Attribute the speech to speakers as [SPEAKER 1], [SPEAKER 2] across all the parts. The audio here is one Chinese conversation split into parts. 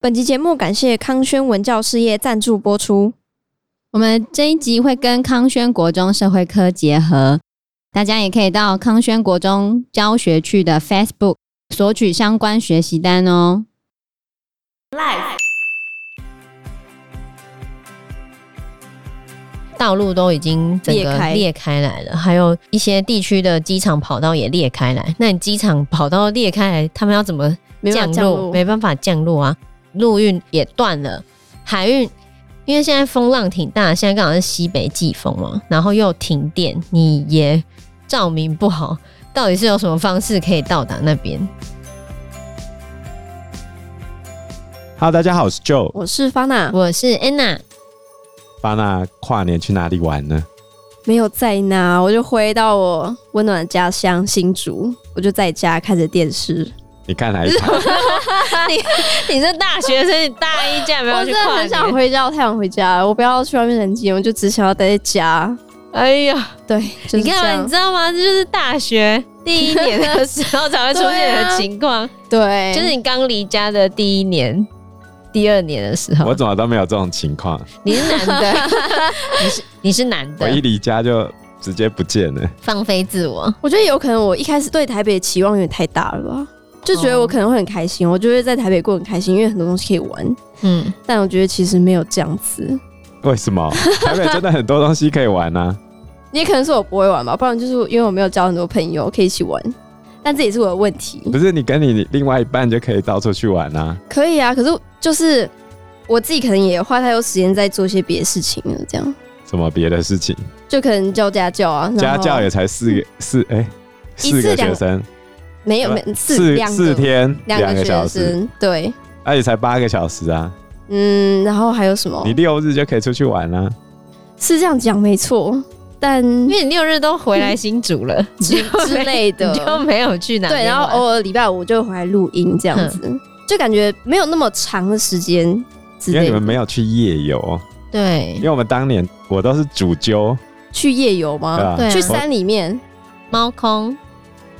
[SPEAKER 1] 本集节目感谢康轩文教事业赞助播出。
[SPEAKER 2] 我们这一集会跟康轩国中社会科结合，大家也可以到康轩国中教学区的 Facebook 索取相关学习单哦。
[SPEAKER 3] 道路都已经整
[SPEAKER 1] 裂
[SPEAKER 3] 个
[SPEAKER 1] 开
[SPEAKER 3] 裂开来了，还有一些地区的机场跑道也裂开来。那你机场跑道裂开来，他们要怎么
[SPEAKER 1] 没办
[SPEAKER 3] 降
[SPEAKER 1] 法
[SPEAKER 3] 落？
[SPEAKER 1] 降落
[SPEAKER 3] 没办法降落啊！陆运也断了，海运因为现在风浪挺大，现在刚好是西北季风嘛，然后又停电，你也照明不好，到底是有什么方式可以到达那边？
[SPEAKER 4] Hello，大家好，我是 Joe。
[SPEAKER 1] 我是方娜，
[SPEAKER 3] 我是 Anna，
[SPEAKER 4] 巴纳跨年去哪里玩呢？
[SPEAKER 1] 没有在那，我就回到我温暖的家乡新竹，我就在家看着电视。
[SPEAKER 4] 你看哪 一台？
[SPEAKER 3] 你是大学生，你大一竟然没
[SPEAKER 1] 我
[SPEAKER 3] 有去
[SPEAKER 1] 真的
[SPEAKER 3] 跨
[SPEAKER 1] 很想
[SPEAKER 3] 年？
[SPEAKER 1] 回家，我太想回家了，我不要去外面人挤，我就只想要待在家。
[SPEAKER 3] 哎呀！
[SPEAKER 1] 对，就是
[SPEAKER 3] 你
[SPEAKER 1] 这
[SPEAKER 3] 干嘛？
[SPEAKER 1] 样
[SPEAKER 3] 你知道吗？这就是大学第一年的时候才会出现的情 况，
[SPEAKER 1] 对，
[SPEAKER 3] 就是你刚离家的第一年、第二年的时候
[SPEAKER 4] 我，怎么都没有这种情况，
[SPEAKER 3] 你是 男的，你是你是男
[SPEAKER 4] 我
[SPEAKER 3] 的，
[SPEAKER 4] 一离家就直接不见了。
[SPEAKER 3] 放飞自我，
[SPEAKER 1] 我觉得有可能我一开始对台北的期望有点太大了吧，就觉得我可能会很开心，我就会在台北过得很开心，因为很多东西可以玩。
[SPEAKER 3] 嗯，
[SPEAKER 1] 但我觉得其实没有这样子，
[SPEAKER 4] 为 什么？台北真的很多东西可以玩啊！
[SPEAKER 1] 也可能是我不会玩吧，不然就是因为我没有交很多朋友可以一起玩。但这也是我的问题。
[SPEAKER 4] 不是你跟你另外一半就可以到处去玩啊？
[SPEAKER 1] 可以啊，可是就是我自己可能也花太多时间在做一些别的事情了，这样
[SPEAKER 4] 什么别的事情？
[SPEAKER 1] 就可能教家教啊，然后嗯
[SPEAKER 4] 家教也才四个四哎、
[SPEAKER 1] 一次
[SPEAKER 4] 四个
[SPEAKER 1] 两
[SPEAKER 4] 学生，
[SPEAKER 1] 没有没四
[SPEAKER 4] 四
[SPEAKER 1] 两个
[SPEAKER 4] 四天
[SPEAKER 1] 两
[SPEAKER 4] 两
[SPEAKER 1] 个
[SPEAKER 4] 个小
[SPEAKER 1] 学
[SPEAKER 4] 时，
[SPEAKER 1] 生对，
[SPEAKER 4] 那、也才八个小时啊！
[SPEAKER 1] 嗯，然后还有什么
[SPEAKER 4] 你？六日就可以出去玩啊啦、
[SPEAKER 1] 是这样讲没错，但
[SPEAKER 3] 因为你六日都回来新竹 了
[SPEAKER 1] 之之类的
[SPEAKER 3] 你就没有去哪
[SPEAKER 1] 对，
[SPEAKER 3] 边
[SPEAKER 1] 然后
[SPEAKER 3] 玩？
[SPEAKER 1] 偶尔礼拜五就回来录音这样子，就感觉没有那么长的时间之
[SPEAKER 4] 因为
[SPEAKER 1] 类的
[SPEAKER 4] 你们没有去夜游，
[SPEAKER 3] 对
[SPEAKER 4] 因为我们当年我都是主
[SPEAKER 1] 哦
[SPEAKER 4] 揪
[SPEAKER 1] 去夜游吗？
[SPEAKER 3] 对啊
[SPEAKER 1] 去山里面，
[SPEAKER 3] 猫空，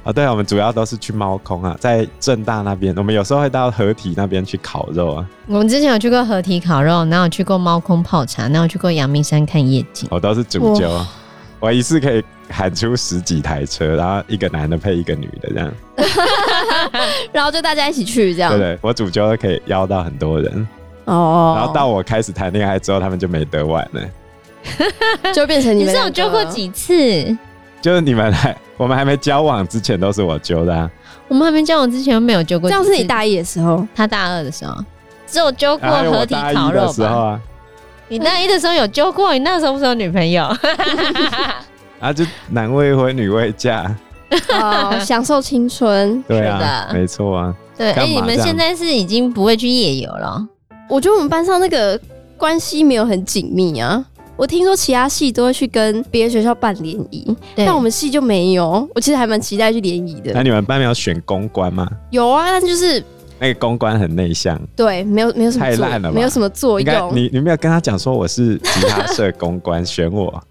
[SPEAKER 4] 啊，对，我们主要都是去猫空啊，在正大那边，我们有时候会到合体那边去烤肉啊，
[SPEAKER 3] 我们之前有去过合体烤肉，然后有去过猫空泡茶，然后有去过阳明山看夜景。
[SPEAKER 4] 我都是主揪，我一次可以喊出十几台车，然后一个男的配一个女的这样，
[SPEAKER 1] 然后就大家一起去这样
[SPEAKER 4] 对。对，我主揪可以邀到很多人，
[SPEAKER 1] 哦，
[SPEAKER 4] 然后到我开始谈恋爱之后，他们就没得玩了，
[SPEAKER 1] 就变成你
[SPEAKER 3] 你
[SPEAKER 1] 们
[SPEAKER 3] 是
[SPEAKER 1] 两
[SPEAKER 3] 有
[SPEAKER 1] 个
[SPEAKER 3] 揪过？几次？
[SPEAKER 4] 就是你们还我们还没交往之前都是我揪的、啊，
[SPEAKER 3] 我们还没交往之前没有揪过
[SPEAKER 1] 这
[SPEAKER 3] 几
[SPEAKER 1] 样
[SPEAKER 3] 次。
[SPEAKER 1] 是你大一的时候，
[SPEAKER 3] 他大二的时
[SPEAKER 4] 哎
[SPEAKER 3] 候，只有揪过
[SPEAKER 4] 然后啊还有
[SPEAKER 3] 合
[SPEAKER 4] 我
[SPEAKER 3] 体烤
[SPEAKER 4] 大一的
[SPEAKER 3] 肉
[SPEAKER 4] 时候
[SPEAKER 3] 吧？
[SPEAKER 4] 啊，
[SPEAKER 3] 你大一的时候有揪过？你那时候不是有女朋友？
[SPEAKER 4] 然啊后就男未婚女未嫁，
[SPEAKER 1] 哦，享受青春。
[SPEAKER 4] 对
[SPEAKER 3] 是
[SPEAKER 4] 啊
[SPEAKER 3] 的，
[SPEAKER 4] 没错啊，
[SPEAKER 3] 对，哎、
[SPEAKER 4] 干嘛
[SPEAKER 3] 你们
[SPEAKER 4] 这样
[SPEAKER 3] 现在是已经不会去夜游了？
[SPEAKER 1] 我觉得我们班上那个关系没有很紧密啊。我听说其他系都会去跟别的学校办联谊，
[SPEAKER 3] 对
[SPEAKER 1] 但我们系就没有。我其实还蛮期待去联谊的
[SPEAKER 4] 那。你们班没有选公关吗？
[SPEAKER 1] 有啊，但就是
[SPEAKER 4] 那个公关很内向。
[SPEAKER 1] 对，没有没有什么
[SPEAKER 4] 太
[SPEAKER 1] 作
[SPEAKER 4] 烂了吧
[SPEAKER 1] 没有什么作
[SPEAKER 4] 应该
[SPEAKER 1] 用。
[SPEAKER 4] 你你没有跟他讲说我是吉他社 公关，选我，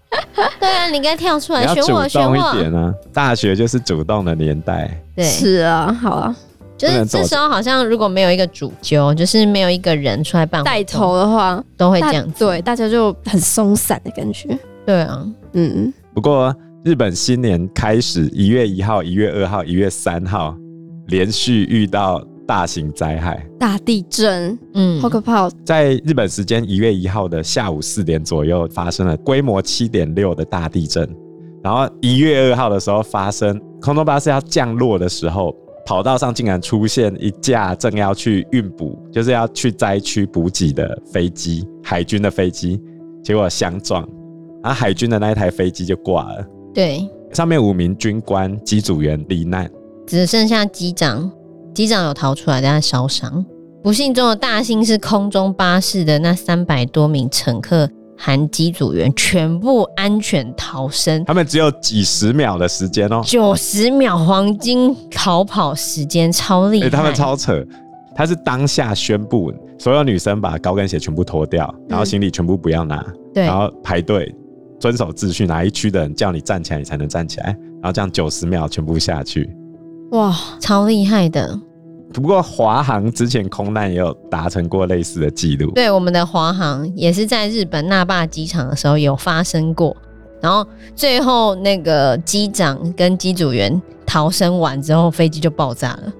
[SPEAKER 3] 对啊，你应该跳出
[SPEAKER 4] 你
[SPEAKER 3] 来
[SPEAKER 4] 要
[SPEAKER 3] 选
[SPEAKER 4] 主
[SPEAKER 3] 我，选
[SPEAKER 4] 动一
[SPEAKER 3] 我。
[SPEAKER 4] 点啊！大学就是主动的年代，
[SPEAKER 3] 对，
[SPEAKER 1] 是啊，好啊，
[SPEAKER 3] 就
[SPEAKER 4] 不
[SPEAKER 3] 是
[SPEAKER 4] 能走
[SPEAKER 3] 这时候好像如果没有一个主揪，就是没有一个人出来办活动
[SPEAKER 1] 带头的话
[SPEAKER 3] 都会
[SPEAKER 1] 大
[SPEAKER 3] 这样子。
[SPEAKER 1] 对大家就很松散的感觉。
[SPEAKER 3] 对啊，
[SPEAKER 1] 嗯，
[SPEAKER 4] 不过日本新年开始，一月一号、一月二号、一月三号，连续遇到大型灾害。
[SPEAKER 1] 大地震
[SPEAKER 3] 嗯
[SPEAKER 1] 好可怕哦，
[SPEAKER 4] 在日本时间一月一号的下午四点左右发生了规模七点六的大地震，然后一月二号的时候发生空中巴士要降落的时候，跑道上竟然出现一架正要去运补，就是要去灾区补给的飞机，海军的飞机，结果相撞，然后海军的那一台飞机就挂了，
[SPEAKER 3] 对，
[SPEAKER 4] 上面五名军官机组员罹难。
[SPEAKER 3] 只剩下机长，机长有逃出来，但他烧伤。不幸中的大幸是，空中巴士的那三百多名乘客含机组员全部安全逃生，
[SPEAKER 4] 他们只有几十秒的时间哦，
[SPEAKER 3] 九十秒黄金逃跑时间，超厉
[SPEAKER 4] 哎、
[SPEAKER 3] 害！
[SPEAKER 4] 他们超扯，他是当下宣布所有女生把高跟鞋全部脱掉，然后行李全部不要拿，
[SPEAKER 3] 嗯对
[SPEAKER 4] 然后排队遵守秩序，哪一区的人叫你站起来，你才能站起来，然后这样九十秒全部下去。
[SPEAKER 1] 哇，
[SPEAKER 3] 超厉害的。
[SPEAKER 4] 不过华航之前空难也有达成过类似的记录。
[SPEAKER 3] 对，我们的华航也是在日本那霸机场的时候有发生过，然后最后那个机长跟机组员逃生完之后，飞机就爆炸了，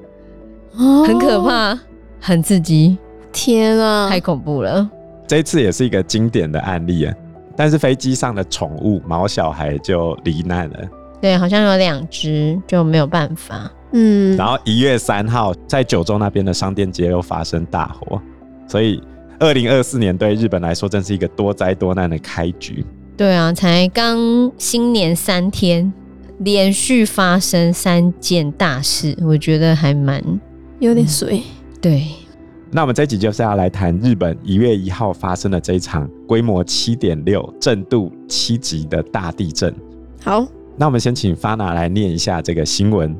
[SPEAKER 3] 很可
[SPEAKER 1] 哦，
[SPEAKER 3] 怕，很刺激，
[SPEAKER 1] 天啊！
[SPEAKER 3] 太恐怖了。
[SPEAKER 4] 这一次也是一个经典的案例啊。但是飞机上的宠物毛小孩就罹难了。
[SPEAKER 3] 对，好像有两只就没有办法。
[SPEAKER 1] 嗯，
[SPEAKER 4] 然后一月三号，在九州那边的商店街又发生大火，所以二零二四年对日本来说真是一个多灾多难的开局。
[SPEAKER 3] 对啊，才刚新年三天，连续发生三件大事，我觉得还蛮
[SPEAKER 1] 有点水。
[SPEAKER 3] 对。
[SPEAKER 4] 那我们这一集就是要来谈日本一月一号发生的这一场规模七点六、震度七级的大地震。
[SPEAKER 1] 好，
[SPEAKER 4] 那我们先请 Fana 来念一下这个新闻。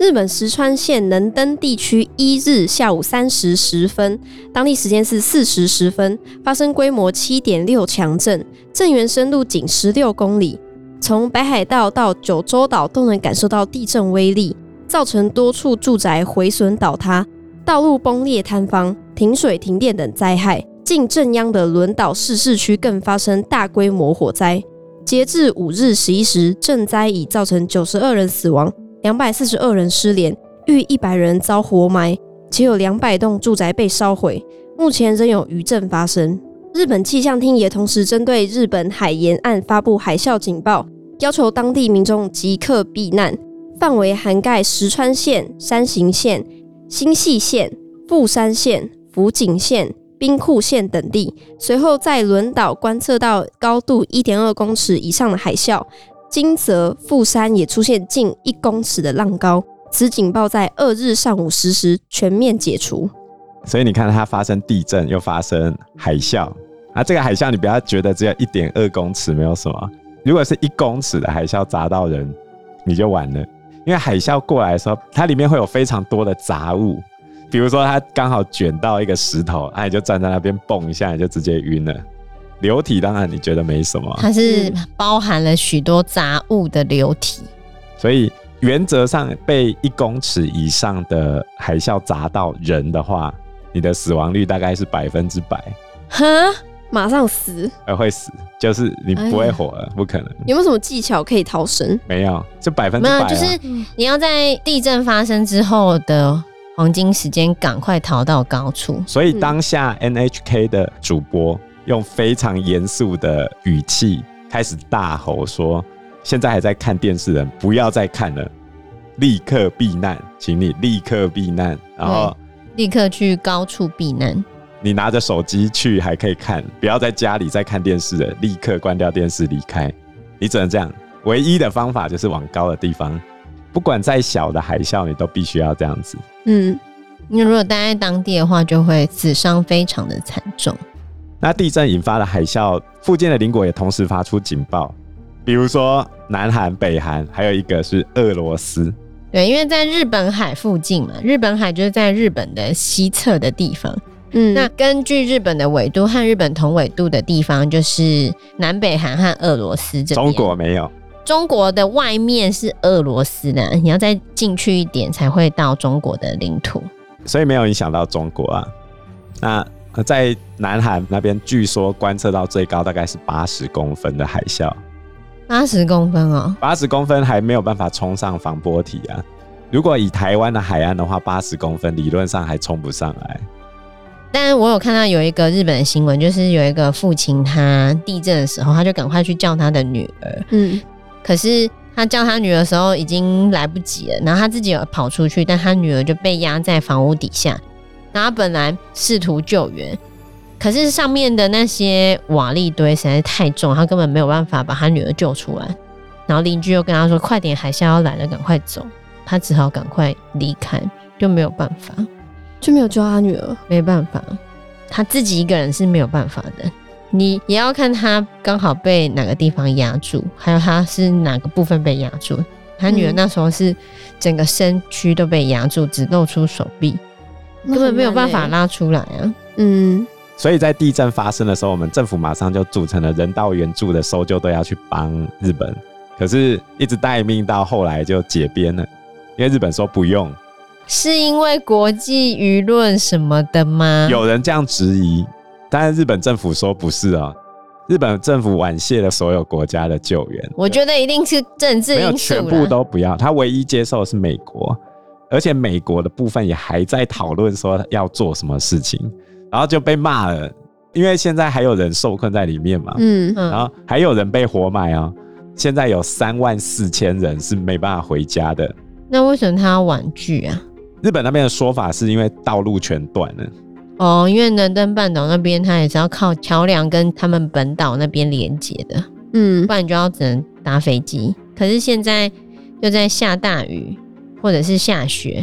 [SPEAKER 1] 日本石川县能登地区一日下午三时十分，当地时间是四时十分，发生规模七点六强震，震源深度仅十六公里。从北海道到九州岛都能感受到地震威力，造成多处住宅毁损倒塌、道路崩裂塌方、停水停电等灾害。近正央的轮岛市市区更发生大规模火灾。截至五日十一时，震灾已造成九十二人死亡，两百四十二人失联，逾一百人遭活埋，且有两百栋住宅被烧毁。目前仍有余震发生。日本气象厅也同时针对日本海沿岸发布海啸警报，要求当地民众即刻避难，范围涵盖石川县、山形县、新细县、富山县、福井县、兵库县等地。随后在轮岛观测到高度一点二公尺以上的海啸，金泽、富山也出现近一公尺的浪高。此警报在二日上午十时全面解除。
[SPEAKER 4] 所以你看，它发生地震又发生海啸啊，这个海啸你不要觉得只有一点二公尺没有什么，如果是一公尺的海啸砸到人，你就完了，因为海啸过来的时候，它里面会有非常多的杂物，比如说它刚好卷到一个石头，啊，你就站在那边蹦一下，你就直接晕了。流体当然你觉得没什么，
[SPEAKER 3] 它是
[SPEAKER 1] 嗯
[SPEAKER 3] 包含了许多杂物的流体。
[SPEAKER 4] 所以原则上被一公尺以上的海啸砸到人的话，你的死亡率大概是百分之百。
[SPEAKER 1] 哈，马上死！
[SPEAKER 4] 呃，会死，就是你
[SPEAKER 3] 哎
[SPEAKER 4] 不会活了，不可能，
[SPEAKER 1] 有没有什么技巧可以逃生？
[SPEAKER 4] 没有，就百分之
[SPEAKER 3] 没
[SPEAKER 4] 百、
[SPEAKER 3] 有，
[SPEAKER 4] 啊，
[SPEAKER 3] 就是你要在地震发生之后的黄金时间赶快逃到高处。
[SPEAKER 4] 所以当下 NHK 的主播用非常严肃的语气开始大吼说：“现在还在看电视的人，不要再看了，立刻避难，请你立刻避难。”然后
[SPEAKER 3] 立刻去高处避难。
[SPEAKER 4] 你拿着手机去还可以看，不要在家里再看电视了，立刻关掉电视离开。你只能这样，唯一的方法就是往高的地方，不管再小的海啸，你都必须要这样子。
[SPEAKER 1] 嗯，
[SPEAKER 3] 因为如果待在当地的话，就会死伤非常的惨重。
[SPEAKER 4] 那地震引发的海啸，附近的邻国也同时发出警报，比如说南韩、北韩，还有一个是俄罗斯。
[SPEAKER 3] 对，因为在日本海附近嘛，日本海就是在日本的西侧的地方。
[SPEAKER 1] 嗯，
[SPEAKER 3] 那根据日本的纬度和日本同纬度的地方，就是南北韩和俄罗斯这边。
[SPEAKER 4] 中国没有，
[SPEAKER 3] 中国的外面是俄罗斯的，你要再进去一点才会到中国的领土。
[SPEAKER 4] 所以没有影响到中国啊。那呃在南韩那边，据说观测到最高大概是八十公分的海啸，
[SPEAKER 3] 八十公分哦，
[SPEAKER 4] 八十公分还没有办法冲上防波堤啊。如果以台湾的海岸的话，八十公分理论上还冲不上来。
[SPEAKER 3] 但我有看到有一个日本的新闻，就是有一个父亲他地震的时候，他就赶快去叫他的女儿，
[SPEAKER 1] 嗯，
[SPEAKER 3] 可是他叫他女儿的时候已经来不及了，然后他自己有跑出去，但他女儿就被压在房屋底下，然后他本来试图救援，可是上面的那些瓦砾堆实在是太重，他根本没有办法把他女儿救出来，然后邻居又跟他说：“快点，海啸要来了，赶快走。”他只好赶快离开，就没有办法。
[SPEAKER 1] 就没有救他女儿。
[SPEAKER 3] 没办法，他自己一个人是没有办法的。你也要看他刚好被哪个地方压住，还有他是哪个部分被压住。他女儿
[SPEAKER 1] 嗯
[SPEAKER 3] 那时候是整个身躯都被压住，只露出手臂，根本没有办
[SPEAKER 1] 那
[SPEAKER 3] 法
[SPEAKER 1] 很难欸。
[SPEAKER 3] 拉出来啊！
[SPEAKER 1] 嗯，
[SPEAKER 4] 所以在地震发生的时候，我们政府马上就组成了人道援助的搜救队，要去帮日本。可是，一直待命到后来就解编了，因为日本说不用，
[SPEAKER 3] 是因为国际舆论什么的吗？
[SPEAKER 4] 有人这样质疑，当然日本政府说不是啊、日本政府婉谢了所有国家的救援，
[SPEAKER 3] 我觉得一定是政治
[SPEAKER 4] 没有
[SPEAKER 3] 因素
[SPEAKER 4] 全
[SPEAKER 3] 啦
[SPEAKER 4] 部都不要，他唯一接受的是美国，而且美国的部分也还在讨论说要做什么事情，然后就被骂了，因为现在还有人受困在里面嘛，
[SPEAKER 1] 嗯，
[SPEAKER 3] 嗯
[SPEAKER 4] 然后还有人被活埋啊、现在有三万四千人是没办法回家的。
[SPEAKER 3] 那为什么他要婉拒啊？
[SPEAKER 4] 日本那边的说法是因为道路全断了，
[SPEAKER 3] 哦，因为南登半岛那边它也是要靠桥梁跟他们本岛那边连接的，
[SPEAKER 1] 嗯
[SPEAKER 3] 不然就要只能搭飞机。可是现在又在下大雨或者是下雪，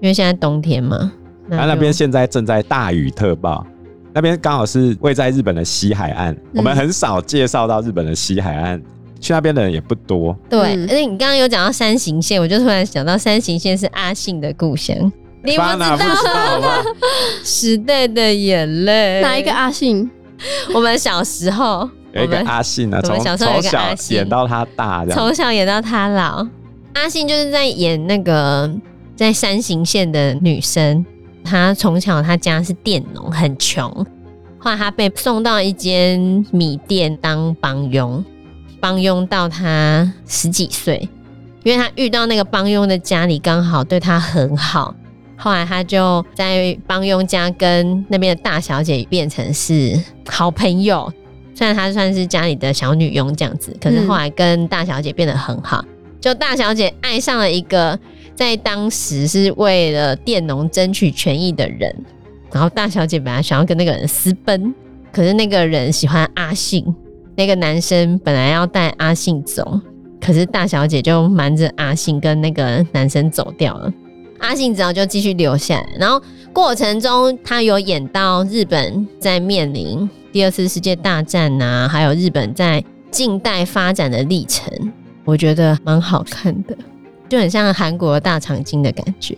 [SPEAKER 3] 因为现在冬天嘛。
[SPEAKER 4] 然
[SPEAKER 3] 就
[SPEAKER 4] 啊后那边现在正在大雨特报，那边刚好是位在日本的西海
[SPEAKER 3] 嗯
[SPEAKER 4] 岸，我们很少介绍到日本的西海岸，去那边的人也不多。
[SPEAKER 3] 对，
[SPEAKER 1] 嗯
[SPEAKER 3] 而且你刚刚有讲到山形县，我就突然想到山形县是阿信的故乡。你不
[SPEAKER 4] 巴
[SPEAKER 3] 知
[SPEAKER 4] 拿
[SPEAKER 3] 道
[SPEAKER 4] 不知 道好不好？
[SPEAKER 3] 时代的眼泪
[SPEAKER 1] 哪一个？阿信？
[SPEAKER 3] 我们小时候，
[SPEAKER 4] 有一
[SPEAKER 3] 我
[SPEAKER 4] 个
[SPEAKER 3] 们
[SPEAKER 4] 阿信啊，
[SPEAKER 3] 我
[SPEAKER 4] 从
[SPEAKER 3] 们小时候有
[SPEAKER 4] 从
[SPEAKER 3] 一个
[SPEAKER 4] 小
[SPEAKER 3] 阿信
[SPEAKER 4] 演到他大这样。
[SPEAKER 3] 从小演到他老。阿信就是在演那个在山形县的女生，她从小她家是佃农，很穷，后来她被送到一间米店当帮佣，帮佣到她十几岁，因为她遇到那个帮佣的家里刚好对她很好。后来她就在帮佣家跟那边的大小姐变成是好朋友，虽然她算是家里的小女佣这样子，可是后来跟大小姐变得很好。就大小姐爱上了一个在当时是为了佃农争取权益的人，然后大小姐本来想要跟那个人私奔，可是那个人喜欢阿信，那个男生本来要带阿信走，可是大小姐就瞒着阿信跟那个男生走掉了。阿信只好就继续留下来，然后过程中他有演到日本在面临第二次世界大战呐、还有日本在近代发展的历程，我觉得蛮好看的，就很像韩国的大长今的感觉。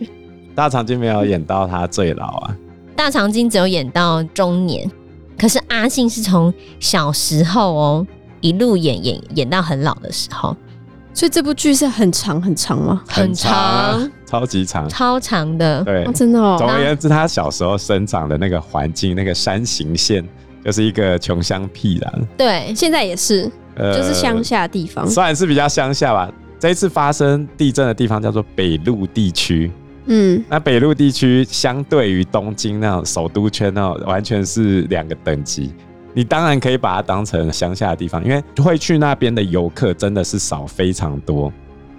[SPEAKER 4] 大长今没有演到他最老啊，
[SPEAKER 3] 大长今只有演到中年，可是阿信是从小时候哦一路演演演到很老的时候，
[SPEAKER 1] 所以这部剧是很长很长吗？
[SPEAKER 3] 很长
[SPEAKER 4] 啊，超级长。
[SPEAKER 3] 超长的。
[SPEAKER 4] 对
[SPEAKER 1] 哦，，真的
[SPEAKER 4] 总
[SPEAKER 1] 哦，
[SPEAKER 4] 而言之，他小时候生长的那个环境，那个山形县，就是一个穷乡僻壤，
[SPEAKER 3] 对，
[SPEAKER 1] 现在也是，
[SPEAKER 4] 呃
[SPEAKER 1] 就是乡下地方。
[SPEAKER 4] 虽然是比较乡下吧。这一次发生地震的地方叫做北陆地区，
[SPEAKER 1] 嗯，
[SPEAKER 4] 那北陆地区相对于东京那种首都圈那种，完全是两个等级。你当然可以把它当成乡下的地方，因为会去那边的游客真的是少非常多。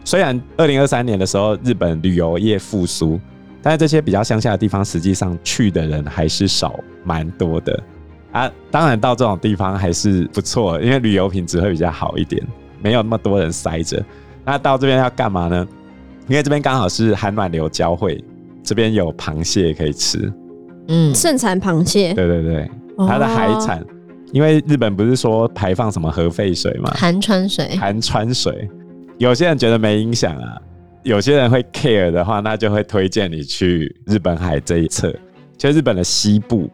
[SPEAKER 4] 虽然二零二三年的时候日本旅游业复苏，但是这些比较乡下的地方，实际上去的人还是少蛮多的啊。当然到这种地方还是不错，因为旅游品质会比较好一点，没有那么多人塞着。那到这边要干嘛呢？因为这边刚好是寒暖流交汇，这边有螃蟹可以吃，
[SPEAKER 3] 嗯，
[SPEAKER 1] 盛产螃蟹，
[SPEAKER 4] 对对对，
[SPEAKER 1] 哦
[SPEAKER 4] 它的海产，因为日本不是说排放什么核废水嘛，
[SPEAKER 3] 寒川水，
[SPEAKER 4] 含川水，有些人觉得没影响啊，有些人会 care 的话，那就会推荐你去日本海这一侧，就日本的西部，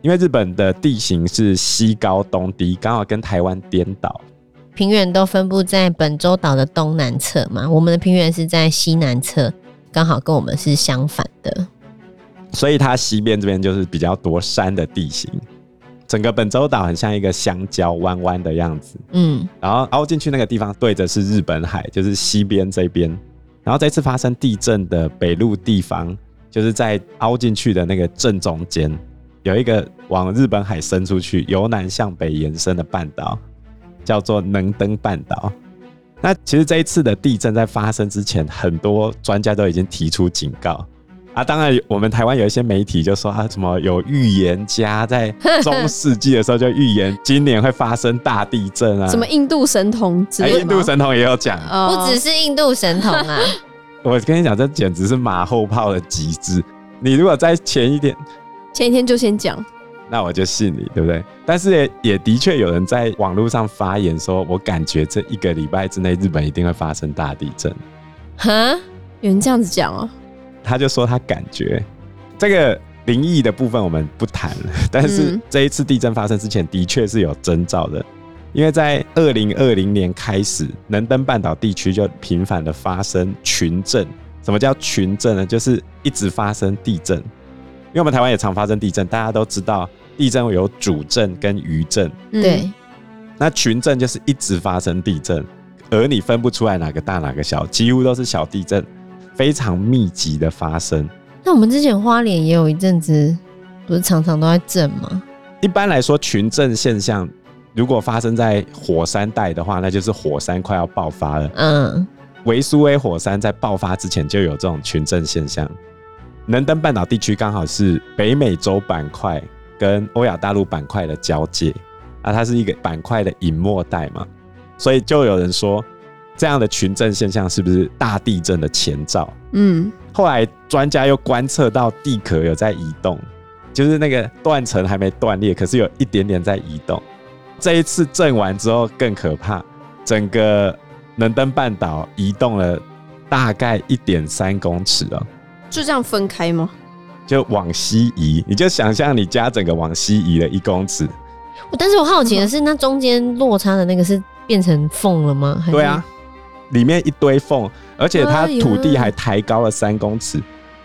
[SPEAKER 4] 因为日本的地形是西高东低，刚好跟台湾颠倒，
[SPEAKER 3] 平原都分布在本州岛的东南侧嘛，我们的平原是在西南侧，刚好跟我们是相反的。
[SPEAKER 4] 所以它西边这边就是比较多山的地形。整个本州岛很像一个香蕉弯弯的样子，
[SPEAKER 3] 嗯，
[SPEAKER 4] 然后凹进去那个地方对着是日本海，就是西边这边。然后这次发生地震的北陆地方，就是在凹进去的那个正中间，有一个往日本海伸出去、由南向北延伸的半岛，叫做能登半岛。那其实这一次的地震在发生之前，很多专家都已经提出警告啊。当然，我们台湾有一些媒体就说啊，什么有预言家在中世纪的时候就预言今年会发生大地震啊。
[SPEAKER 1] 什么印度神童之
[SPEAKER 4] 哎，
[SPEAKER 1] 类的吗，
[SPEAKER 4] 印度神童也有讲。
[SPEAKER 1] 哦，
[SPEAKER 3] 不只是印度神童啊，
[SPEAKER 4] 我跟你讲，这简直是马后炮的极致。你如果再前一点，
[SPEAKER 1] 前一天就先讲，
[SPEAKER 4] 那我就信你，对不对？但是也也的确有人在网络上发言说，我感觉这一个礼拜之内，日本一定会发生大地震。
[SPEAKER 3] 哈，
[SPEAKER 1] 有人这样子讲哦，
[SPEAKER 4] 他就说他感觉这个灵异的部分我们不谈了， 但是
[SPEAKER 1] 嗯
[SPEAKER 4] 这一次地震发生之前，的确是有征兆的，因为在二零二零年开始，能登半岛地区就频繁的发生群震，什么叫群震呢？就是一直发生地震，因为我们台湾也常发生地震，大家都知道地震有主震跟余震，
[SPEAKER 1] 嗯
[SPEAKER 3] 对，
[SPEAKER 4] 那群震就是一直发生地震，而你分不出来哪个大哪个小，几乎都是小地震，非常密集的发生。
[SPEAKER 3] 那我们之前花莲也有一阵子，不是常常都在震吗？
[SPEAKER 4] 一般来说，群震现象如果发生在火山带的话，那就是火山快要爆发了。
[SPEAKER 3] 嗯，
[SPEAKER 4] 维苏威火山在爆发之前就有这种群震现象。能登半岛地区刚好是北美洲板块跟欧亚大陆板块的交界，啊，它是一个板块的隐没带嘛，所以就有人说，这样的群震现象是不是大地震的前兆？
[SPEAKER 1] 嗯，
[SPEAKER 4] 后来专家又观测到地壳有在移动，就是那个断层还没断裂，可是有一点点在移动。这一次震完之后更可怕，整个能登半岛移动了大概一点三公尺哦，
[SPEAKER 1] 就这样分开吗？
[SPEAKER 4] 就往西移。你就想象你家整个往西移了一公尺，
[SPEAKER 3] 但是我好奇的是，那中间落差的那个是变成缝了吗？还是
[SPEAKER 4] 对啊，，里面一堆缝，而且它
[SPEAKER 1] 哎呀
[SPEAKER 4] 土地还抬高了三公尺。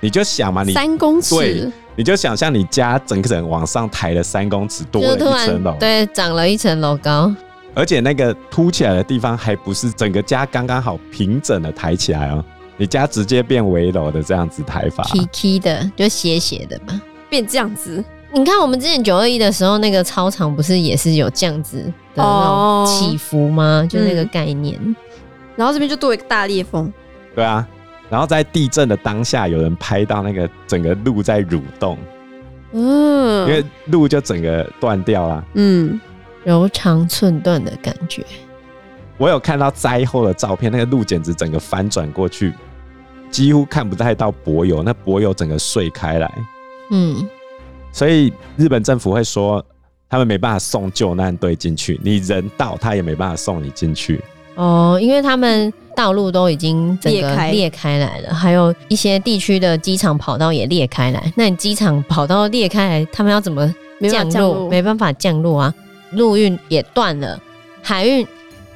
[SPEAKER 4] 你就想嘛，你
[SPEAKER 1] 三公
[SPEAKER 4] 对
[SPEAKER 1] 尺，
[SPEAKER 4] 你就想象你家整个整往上抬了三公尺，多
[SPEAKER 3] 就是
[SPEAKER 4] 了
[SPEAKER 3] 突
[SPEAKER 4] 一层楼
[SPEAKER 3] 然，对长了一层楼高，
[SPEAKER 4] 而且那个凸起来的地方还不是整个家刚刚好平整的抬起来哦，你家直接变围楼的这样子抬法。
[SPEAKER 3] k k 的，就斜斜的嘛。
[SPEAKER 1] 变这样子，
[SPEAKER 3] 你看我们之前九二一的时候，那个操场不是也是有这样子的那
[SPEAKER 1] 哦
[SPEAKER 3] 种起伏吗？就那个概念。
[SPEAKER 1] 然后这边就多一个大裂缝，
[SPEAKER 4] 对啊，然后在地震的当下，有人拍到那个整个路在蠕动，
[SPEAKER 1] 嗯，
[SPEAKER 4] 因为路就整个断掉啦。
[SPEAKER 1] 嗯，
[SPEAKER 3] 柔肠寸断的感觉，
[SPEAKER 4] 我有看到灾后的照片，那个路简直整个翻转过去，几乎看不太到柏油，那柏油整个碎开来。
[SPEAKER 3] 嗯，
[SPEAKER 4] 所以日本政府会说，他们没办法送救难队进去，你人到他也没办法送你进去。
[SPEAKER 3] 哦，因为他们道路都已经整
[SPEAKER 1] 裂
[SPEAKER 3] 个
[SPEAKER 1] 开
[SPEAKER 3] 裂开来了，还有一些地区的机场跑道也裂开来。那你机场跑道裂开来，他们要怎么
[SPEAKER 1] 没办
[SPEAKER 3] 降
[SPEAKER 1] 法
[SPEAKER 3] 落？
[SPEAKER 1] 降落
[SPEAKER 3] 没办法降落啊，陆运也断了，海运。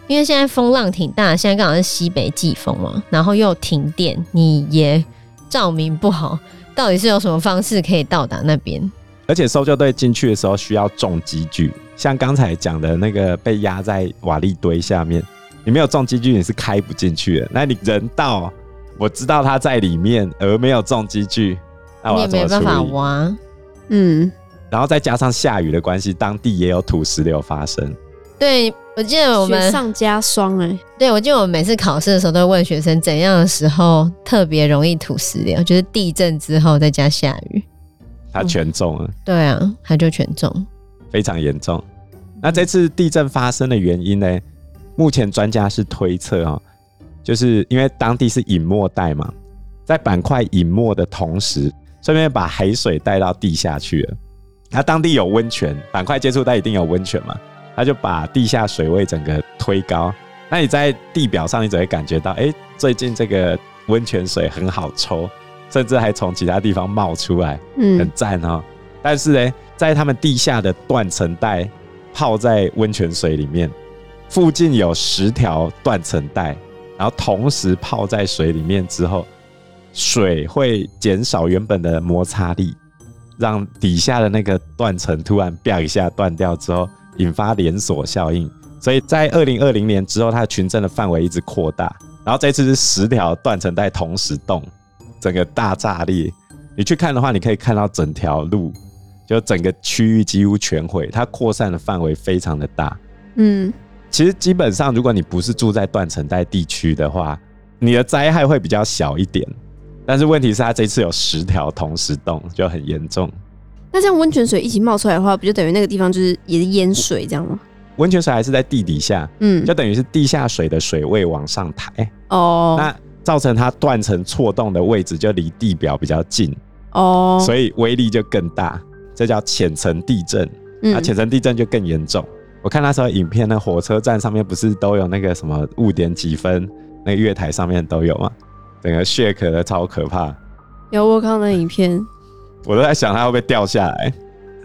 [SPEAKER 3] 因为现在风浪挺大，现在刚好是西北季风嘛，然后又停电，你也照明不好，到底是有什么方式可以到达那边？
[SPEAKER 4] 而且搜救队进去的时候需要重机具，像刚才讲的那个被压在瓦砾堆下面，你没有重机具你是开不进去的。那你人到，我知道他在里面，而没有重机具，那我
[SPEAKER 3] 嗯你也
[SPEAKER 4] 要啊怎
[SPEAKER 3] 没办
[SPEAKER 4] 么
[SPEAKER 3] 法
[SPEAKER 4] 处理？
[SPEAKER 3] 挖。
[SPEAKER 1] 嗯，
[SPEAKER 4] 然后再加上下雨的关系，当地也有土石流发生。
[SPEAKER 3] 对，我记得我
[SPEAKER 1] 雪
[SPEAKER 3] 们
[SPEAKER 1] 上加霜哎、
[SPEAKER 3] 对，我记得我们每次考试的时候都会问学生，怎样的时候特别容易土石流，就是地震之后再加下雨。
[SPEAKER 4] 它
[SPEAKER 3] 嗯
[SPEAKER 4] 全中了，
[SPEAKER 3] 对啊，它就全中。
[SPEAKER 4] 非常严重。那这次地震发生的原因呢？目前专家是推测啊、哦，就是因为当地是隐没带嘛，在板块隐没的同时，顺便把海水带到地下去了。那当地有温泉，板块接触带一定有温泉嘛，他就把地下水位整个推高。那你在地表上，你只会感觉到，哎、最近这个温泉水很好抽，甚至还从其他地方冒出来。很
[SPEAKER 1] 嗯，
[SPEAKER 4] 赞哦。但是呢，在他们地下的断层带泡在温泉水里面，附近有十条断层带，然后同时泡在水里面之后，水会减少原本的摩擦力，让底下的那个断层突然啪一下断掉之后，引发连锁效应。所以在二零二零年之后，它的群震的范围一直扩大，然后这次是十条断层带同时动，整个大炸裂。你去看的话，你可以看到整条路，就整个区域几乎全毁，它扩散的范围非常的大。
[SPEAKER 1] 嗯，
[SPEAKER 4] 其实基本上，如果你不是住在断层带地区的话，你的灾害会比较小一点。但是问题是，它这次有十条同时动，就很严重。
[SPEAKER 1] 那这样温泉水一起冒出来的话，不就等于那个地方就是也是淹水这样吗？
[SPEAKER 4] 温泉水还是在地底下，
[SPEAKER 1] 嗯
[SPEAKER 4] 就，等于是地下水的水位往上抬，
[SPEAKER 1] 哦
[SPEAKER 4] 那造成它断层错动的位置就离地表比较近，
[SPEAKER 1] 哦，
[SPEAKER 4] 所以威力就更大。这叫浅层地震。那
[SPEAKER 1] 嗯
[SPEAKER 4] 浅啊层地震就更严重。我看那时候影片，那火车站上面不是都有那个什么误点几分，那个月台上面都有嘛，整个 shake 的超可怕，
[SPEAKER 1] 有我有看到那影片，嗯
[SPEAKER 4] 我都在想它会不会掉下来。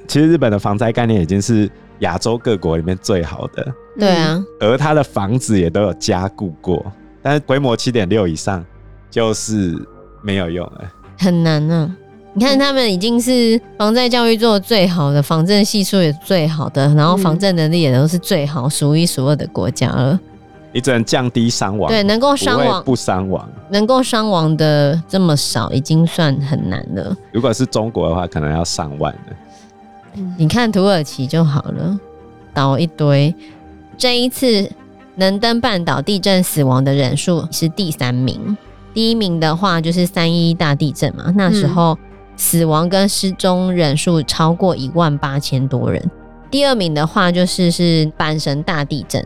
[SPEAKER 4] 其实日本的防灾概念已经是亚洲各国里面最好的，
[SPEAKER 3] 对啊，
[SPEAKER 4] 而它的房子也都有加固过，但是规模七点六以上就是没有用了。
[SPEAKER 3] 很难呢、你看他们已经是防灾教育做的最好的，防震系数也最好
[SPEAKER 4] 嗯
[SPEAKER 3] 的，然后防震能力也都是最好、数一数二的国家了。
[SPEAKER 4] 你只能降低伤亡，
[SPEAKER 3] 对，能够伤
[SPEAKER 4] 不会
[SPEAKER 3] 亡，
[SPEAKER 4] 不伤亡。
[SPEAKER 3] 能够伤亡的这么少，已经算很难了。
[SPEAKER 4] 如果是中国的话，可能要上万了。
[SPEAKER 1] 嗯
[SPEAKER 3] 你看土耳其就好了，倒一堆。这一次能登半岛地震死亡的人数是第三名，第一名的话就是三一一大地震嘛，那时候死亡跟失踪人数超过一万八千多人。第二名的话就是是阪神大地震，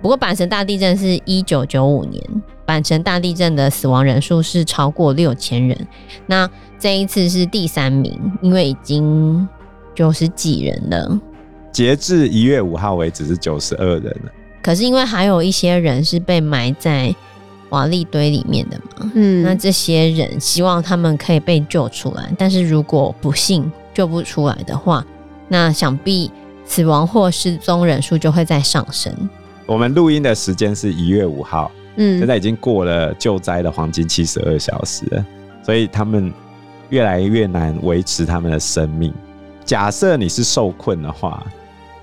[SPEAKER 3] 不过阪神大地震是一九九五年，阪神大地震的死亡人数是超过六千人，那这一次是第三名，因为已经九十几人了。
[SPEAKER 4] 截至一月五号为止是九十二人了，
[SPEAKER 3] 可是因为还有一些人是被埋在瓦砾堆里面的嘛，
[SPEAKER 1] 嗯，
[SPEAKER 3] 那这些人希望他们可以被救出来，但是如果不幸救不出来的话，那想必死亡或失踪人数就会在上升。
[SPEAKER 4] 我们录音的时间是一月五号，现
[SPEAKER 1] 嗯，
[SPEAKER 4] 在已经过了救灾的黄金七十二小时了，所以他们越来越难维持他们的生命。假设你是受困的话，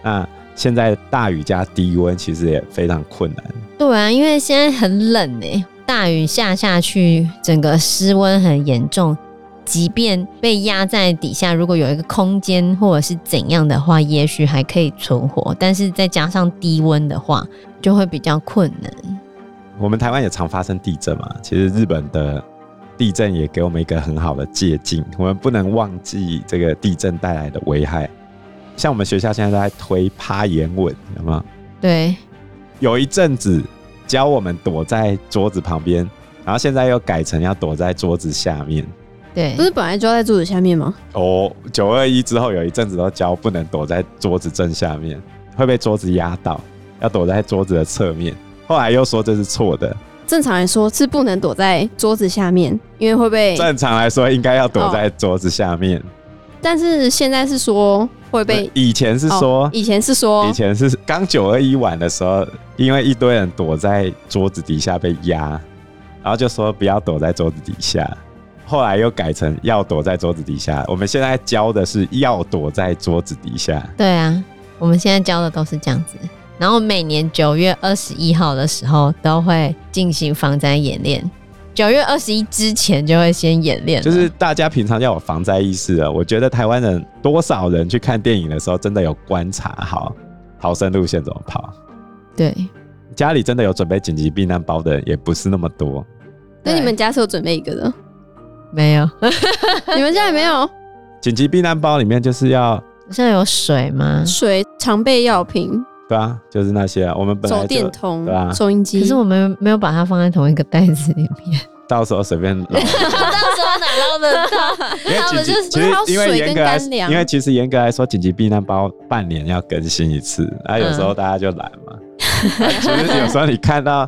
[SPEAKER 4] 那现在大雨加低温其实也非常困难。
[SPEAKER 3] 对啊，因为现在很冷呢、欸大雨下下去，整个失温很严重。即便被压在底下，如果有一个空间或者是怎样的话，也许还可以存活。但是再加上低温的话，就会比较困难。
[SPEAKER 4] 我们台湾也常发生地震嘛，其实日本的地震也给我们一个很好的借鉴，我们不能忘记这个地震带来的危害。像我们学校现在都在推趴岩稳，有没有？
[SPEAKER 3] 对，
[SPEAKER 4] 有一阵子教我们躲在桌子旁边，然后现在又改成要躲在桌子下面。
[SPEAKER 3] 对
[SPEAKER 1] 不，是本来就在柱子下面吗？
[SPEAKER 4] 哦，九二一之后有一阵子都教不能躲在桌子正下面，会被桌子压到，要躲在桌子的侧面。后来又说这是错的，
[SPEAKER 1] 正常来说是不能躲在桌子下面，因为会被。
[SPEAKER 4] 正常来说应该要躲在桌子下面。
[SPEAKER 1] 但是现在是说会哦被。
[SPEAKER 4] 以前是说，
[SPEAKER 1] 哦以前是说
[SPEAKER 4] 啊以前是刚九二一晚的时候，因为一堆人躲在桌子底下被压，然后就说不要躲在桌子底下。后来又改成要躲在桌子底下。我们现在教的是要躲在桌子底下。
[SPEAKER 3] 对啊，我们现在教的都是这样子。然后每年九月二十一号的时候都会进行防灾演练，九月二十一之前就会先演练了，
[SPEAKER 4] 就是大家平常要有防灾意识了。我觉得台湾人多少人去看电影的时候，真的有观察好逃生路线怎么跑。
[SPEAKER 3] 对。
[SPEAKER 4] 家里真的有准备紧急避难包的人也不是那么多。
[SPEAKER 1] 那
[SPEAKER 4] 哎
[SPEAKER 1] 你们家是有准备一个的，
[SPEAKER 3] 没有，
[SPEAKER 1] 你们家也没有
[SPEAKER 4] 紧急避难包里面就是要
[SPEAKER 3] 现在有水吗？
[SPEAKER 1] 水、常备药品、
[SPEAKER 4] 对啊，就是那些啊我们本来
[SPEAKER 1] 手
[SPEAKER 4] 就
[SPEAKER 1] 电筒
[SPEAKER 4] 对啊、
[SPEAKER 1] 收音机。
[SPEAKER 3] 可是我们没有把它放在同一个袋子里面，
[SPEAKER 4] 到时候随便捞。
[SPEAKER 3] 到时候哪捞得到？
[SPEAKER 4] 因为
[SPEAKER 3] 他
[SPEAKER 4] 紧
[SPEAKER 3] 们
[SPEAKER 4] 急
[SPEAKER 3] 就是
[SPEAKER 4] 其
[SPEAKER 1] 不
[SPEAKER 4] 实
[SPEAKER 1] 是还有
[SPEAKER 4] 因为
[SPEAKER 1] 水
[SPEAKER 4] 严
[SPEAKER 1] 跟
[SPEAKER 4] 格来
[SPEAKER 1] 干，粮
[SPEAKER 4] 因为其实严格来说，紧急避难包半年要更新一次，啊，有时候大家就懒嘛。啊其实有时候你看到啊，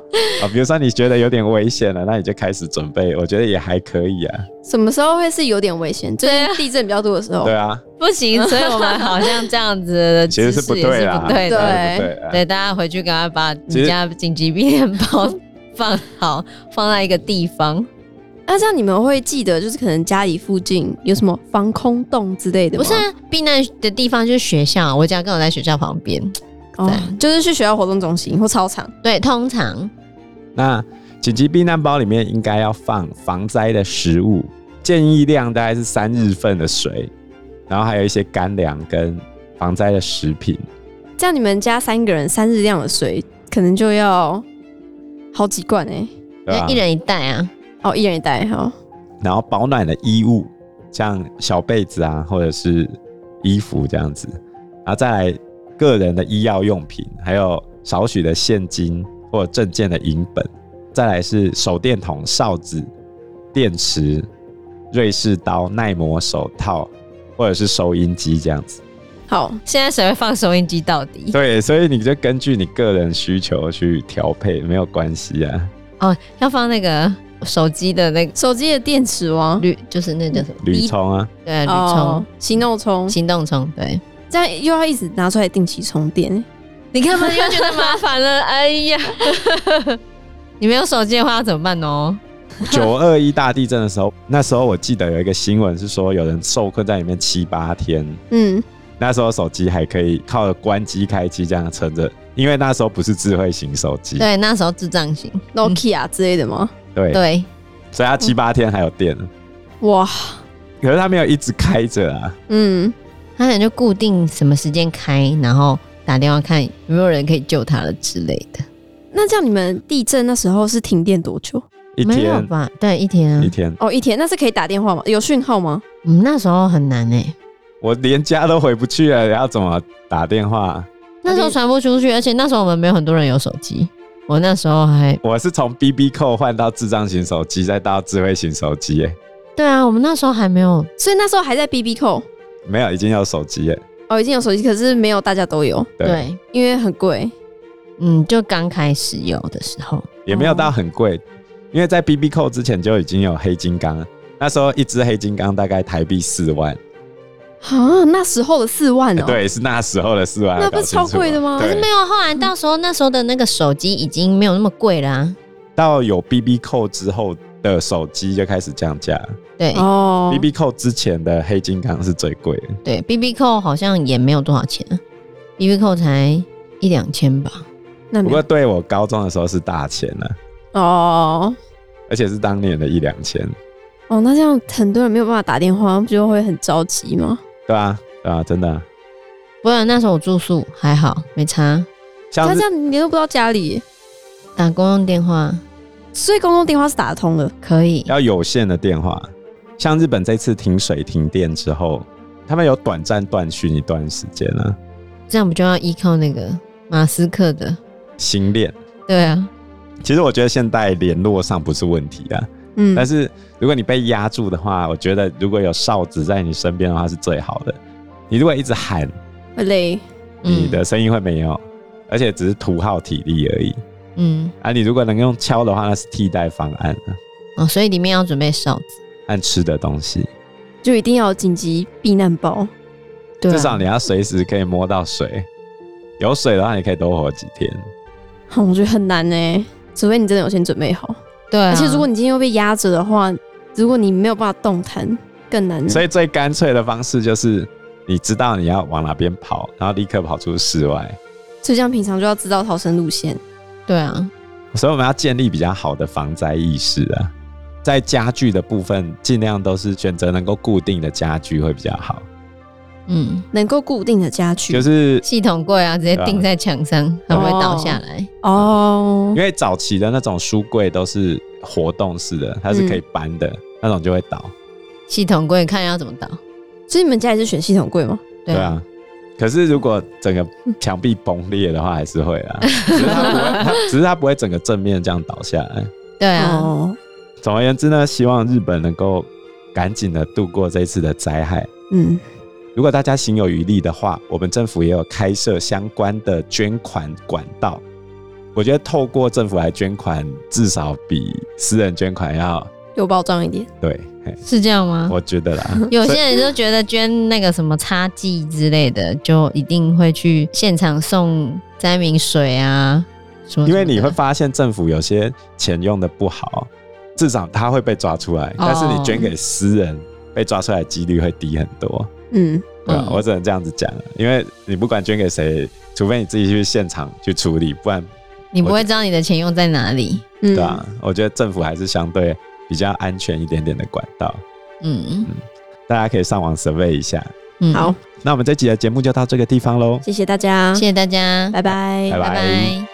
[SPEAKER 4] 比如说你觉得有点危险了，那你就开始准备，我觉得也还可以啊。
[SPEAKER 1] 什么时候会是有点危险？最近地震比较多的时候
[SPEAKER 4] 对。啊，
[SPEAKER 3] 不行，所以我们好像这样子的
[SPEAKER 4] 其实
[SPEAKER 3] 姿势
[SPEAKER 4] 不
[SPEAKER 3] 也
[SPEAKER 4] 对啦，
[SPEAKER 3] 不对
[SPEAKER 4] 当
[SPEAKER 3] 的。
[SPEAKER 4] 然不对啊。
[SPEAKER 3] 对，大家回去赶快把
[SPEAKER 4] 其
[SPEAKER 3] 你
[SPEAKER 4] 实
[SPEAKER 3] 家紧急避难包放好，放在一个地方。
[SPEAKER 1] 那这样你们会记得，就是可能家里附近有什么防空洞之类的吗？
[SPEAKER 3] 不是啊，避难的地方就是学校，我家刚好在学校旁边。
[SPEAKER 1] 哦
[SPEAKER 3] 对，
[SPEAKER 1] 就是去学校活动中心或操场。
[SPEAKER 3] 对，通常
[SPEAKER 4] 那紧急避难包里面应该要放防灾的食物，建议量大概是三日份的水，然后还有一些干粮跟防灾的食品。
[SPEAKER 1] 这样你们家三个人三日量的水，可能就要好几罐哎、
[SPEAKER 4] 对吧
[SPEAKER 3] 一人一袋啊。
[SPEAKER 1] 哦，一人一袋哈。
[SPEAKER 4] 然后保暖的衣物，像小被子啊，或者是衣服这样子，然后再来个人的医药用品，还有少许的现金或者证件的银本，再来是手电筒、哨子、电池、瑞士刀、耐磨手套，或者是收音机这样子。
[SPEAKER 1] 好，
[SPEAKER 3] 现在谁会放收音机到底？
[SPEAKER 4] 对，所以你就根据你个人需求去调配，没有关系啊。
[SPEAKER 3] 哦，要放那个手机的那个
[SPEAKER 1] 手机的电池吗？
[SPEAKER 3] 铝，就是那叫什么？
[SPEAKER 4] 铝充啊，
[SPEAKER 3] 对，铝
[SPEAKER 1] 哦
[SPEAKER 3] 充、，
[SPEAKER 1] 行动充，
[SPEAKER 3] 行动充。对，
[SPEAKER 1] 这样又要一直拿出来定期充电。
[SPEAKER 3] 你看嘛， 又觉得麻烦了。哎呀，你没有手机的话要怎么办哦？
[SPEAKER 4] 九二一大地震的时候，那时候我记得有一个新闻是说有人受困在里面七八天，
[SPEAKER 1] 嗯，
[SPEAKER 4] 那时候手机还可以靠着关机开机这样撑着，因为那时候不是智慧型手机，
[SPEAKER 3] 对，那时候智障型，
[SPEAKER 1] Nokia 之类的吗？
[SPEAKER 4] 嗯对，
[SPEAKER 3] 对，
[SPEAKER 4] 所以它七八天还有电呢，
[SPEAKER 1] 哇，
[SPEAKER 4] 可是它没有一啊直开着啊，
[SPEAKER 1] 嗯，
[SPEAKER 3] 他可能就固定什么时间开，然后打电话看有没有人可以救他了之类的。
[SPEAKER 1] 那这样你们地震那时候是停电多久？
[SPEAKER 4] 一
[SPEAKER 3] 没有
[SPEAKER 4] 天
[SPEAKER 3] 吧？对，一天啊
[SPEAKER 4] 一。天，
[SPEAKER 1] 哦，一天，那是可以打电话吗？有讯号吗？
[SPEAKER 3] 我们嗯那时候很难哎、
[SPEAKER 4] 我连家都回不去了，要怎么打电话？
[SPEAKER 3] 那时候传不出去，而且那时候我们没有很多人有手机。我那时候还
[SPEAKER 4] 我是从 BB 扣换到智障型手机，再到智慧型手机，耶，
[SPEAKER 3] 对啊，我们那时候还没有
[SPEAKER 1] 所以那时候还在 BB 扣，
[SPEAKER 4] 没有已经有手机耶，
[SPEAKER 1] 哦，已经有手机，可是没有大家都有，
[SPEAKER 4] 对，
[SPEAKER 3] 对，
[SPEAKER 1] 因为很贵。
[SPEAKER 3] 嗯，就刚开始有的时候，
[SPEAKER 4] 也没有到很贵，因为在 BB 扣之前就已经有黑金刚了，那时候一只黑金刚大概台币四万。
[SPEAKER 1] 啊，那时候的四万哦、，
[SPEAKER 4] 哎对，是那时候的四万，
[SPEAKER 1] 那不是超贵的吗
[SPEAKER 4] 对
[SPEAKER 1] 可
[SPEAKER 3] 没有。后来到时候那时候的那个手机已经没有那么贵啦、
[SPEAKER 4] 到有 BB 扣之后的手机就开始降价、
[SPEAKER 3] 对、
[SPEAKER 1] 哦嗯
[SPEAKER 4] b b 扣之前的黑金刚是最贵的，
[SPEAKER 3] 对，B B 扣好像也没有多少钱啊，B B 扣才一两千吧。
[SPEAKER 1] 那
[SPEAKER 4] 不
[SPEAKER 1] 没有
[SPEAKER 4] 过对我高中的时候是大钱了、
[SPEAKER 1] 哦
[SPEAKER 4] 而且是当年的一两千，
[SPEAKER 1] 哦，那这样很多人没有办法打电话，不就会很着急吗？
[SPEAKER 4] 对啊，对啊，真的啊、
[SPEAKER 3] 不然那时候我住宿还好，没差，
[SPEAKER 1] 那
[SPEAKER 4] 像
[SPEAKER 1] 这
[SPEAKER 4] 是
[SPEAKER 1] 样你又不知道家里，
[SPEAKER 3] 打公用电话
[SPEAKER 1] 所以公共电话是打得通的。
[SPEAKER 3] 可以。
[SPEAKER 4] 要有线的电话，像日本这次停水停电之后，他们有短暂断讯一段时间啊，
[SPEAKER 3] 这样不就要依靠那个马斯克的？
[SPEAKER 4] 新链。
[SPEAKER 3] 对啊，
[SPEAKER 4] 其实我觉得现代联络上不是问题啊，
[SPEAKER 1] 嗯，
[SPEAKER 4] 但是如果你被压住的话，我觉得如果有哨子在你身边的话是最好的。你如果一直喊，
[SPEAKER 1] 会累。
[SPEAKER 3] 嗯
[SPEAKER 4] 你的声音会没有，而且只是徒耗体力而已。
[SPEAKER 3] 嗯
[SPEAKER 4] 啊，你如果能用敲的话，那是替代方案啊，
[SPEAKER 3] 哦，所以里面要准备哨子，
[SPEAKER 4] 按吃的东西，
[SPEAKER 1] 就一定要有紧急避难包。
[SPEAKER 3] 对啊
[SPEAKER 4] 至少你要随时可以摸到水。有水的话，你可以多活几天。
[SPEAKER 1] 哼我觉得很难呢、除非你真的有先准备好。
[SPEAKER 3] 对啊、
[SPEAKER 1] 而且如果你今天又被压着的话，如果你没有办法动弹，更
[SPEAKER 3] 嗯
[SPEAKER 1] 难。
[SPEAKER 4] 所以最干脆的方式就是，你知道你要往哪边跑，然后立刻跑出室外。
[SPEAKER 1] 所以这样平常就要知道逃生路线。
[SPEAKER 3] 对啊，
[SPEAKER 4] 所以我们要建立比较好的防灾意识啊，在家具的部分，尽量都是选择能够固定的家具会比较好，
[SPEAKER 3] 嗯，
[SPEAKER 1] 能够固定的家具，
[SPEAKER 4] 就是
[SPEAKER 3] 系统柜啊，直接
[SPEAKER 4] 对啊
[SPEAKER 3] 钉在墙上，它不会倒下来。
[SPEAKER 1] 哦
[SPEAKER 4] 因为早期的那种书柜都是活动式的，它是可以搬的，那种就会倒。
[SPEAKER 3] 系统柜看要怎么倒。
[SPEAKER 1] 所以你们家也是选系统柜吗？
[SPEAKER 4] 对
[SPEAKER 3] 啊，
[SPEAKER 4] 啊，可是如果整个墙壁崩裂的话，还是会啊，只是它不会，它只是它不会整个正面这样倒下来。
[SPEAKER 3] 对啊，
[SPEAKER 1] 哦，
[SPEAKER 4] 总而言之呢，希望日本能够赶紧的度过这次的灾害。
[SPEAKER 1] 嗯，
[SPEAKER 4] 如果大家行有余力的话，我们政府也有开设相关的捐款管道。我觉得透过政府来捐款，至少比私人捐款要
[SPEAKER 1] 有保障一点。
[SPEAKER 4] 对，嘿
[SPEAKER 3] 是这样吗？
[SPEAKER 4] 我觉得啦。
[SPEAKER 3] 有些人就觉得捐那个什么擦剂之类的，就一定会去现场送灾民水啊什么什么的
[SPEAKER 4] 因为你会发现政府有些钱用的不好，至少它会被抓出来，但是你捐给私人被抓出来的几率会低很多，
[SPEAKER 1] 嗯，
[SPEAKER 4] 对吧
[SPEAKER 3] 嗯
[SPEAKER 4] 我只能这样子讲，因为你不管捐给谁，除非你自己去现场去处理，不然
[SPEAKER 3] 你不会知道你的钱用在哪里。
[SPEAKER 1] 嗯
[SPEAKER 4] 对啊，我觉得政府还是相对比较安全一点点的管道，
[SPEAKER 3] 嗯
[SPEAKER 4] 大家可以上网 survey 一下。
[SPEAKER 3] 嗯，
[SPEAKER 1] 好，，
[SPEAKER 4] 那我们这集的节目就到这个地方喽，
[SPEAKER 1] 谢谢大家，
[SPEAKER 3] 谢谢大家，
[SPEAKER 1] 拜拜
[SPEAKER 4] 拜
[SPEAKER 3] 拜拜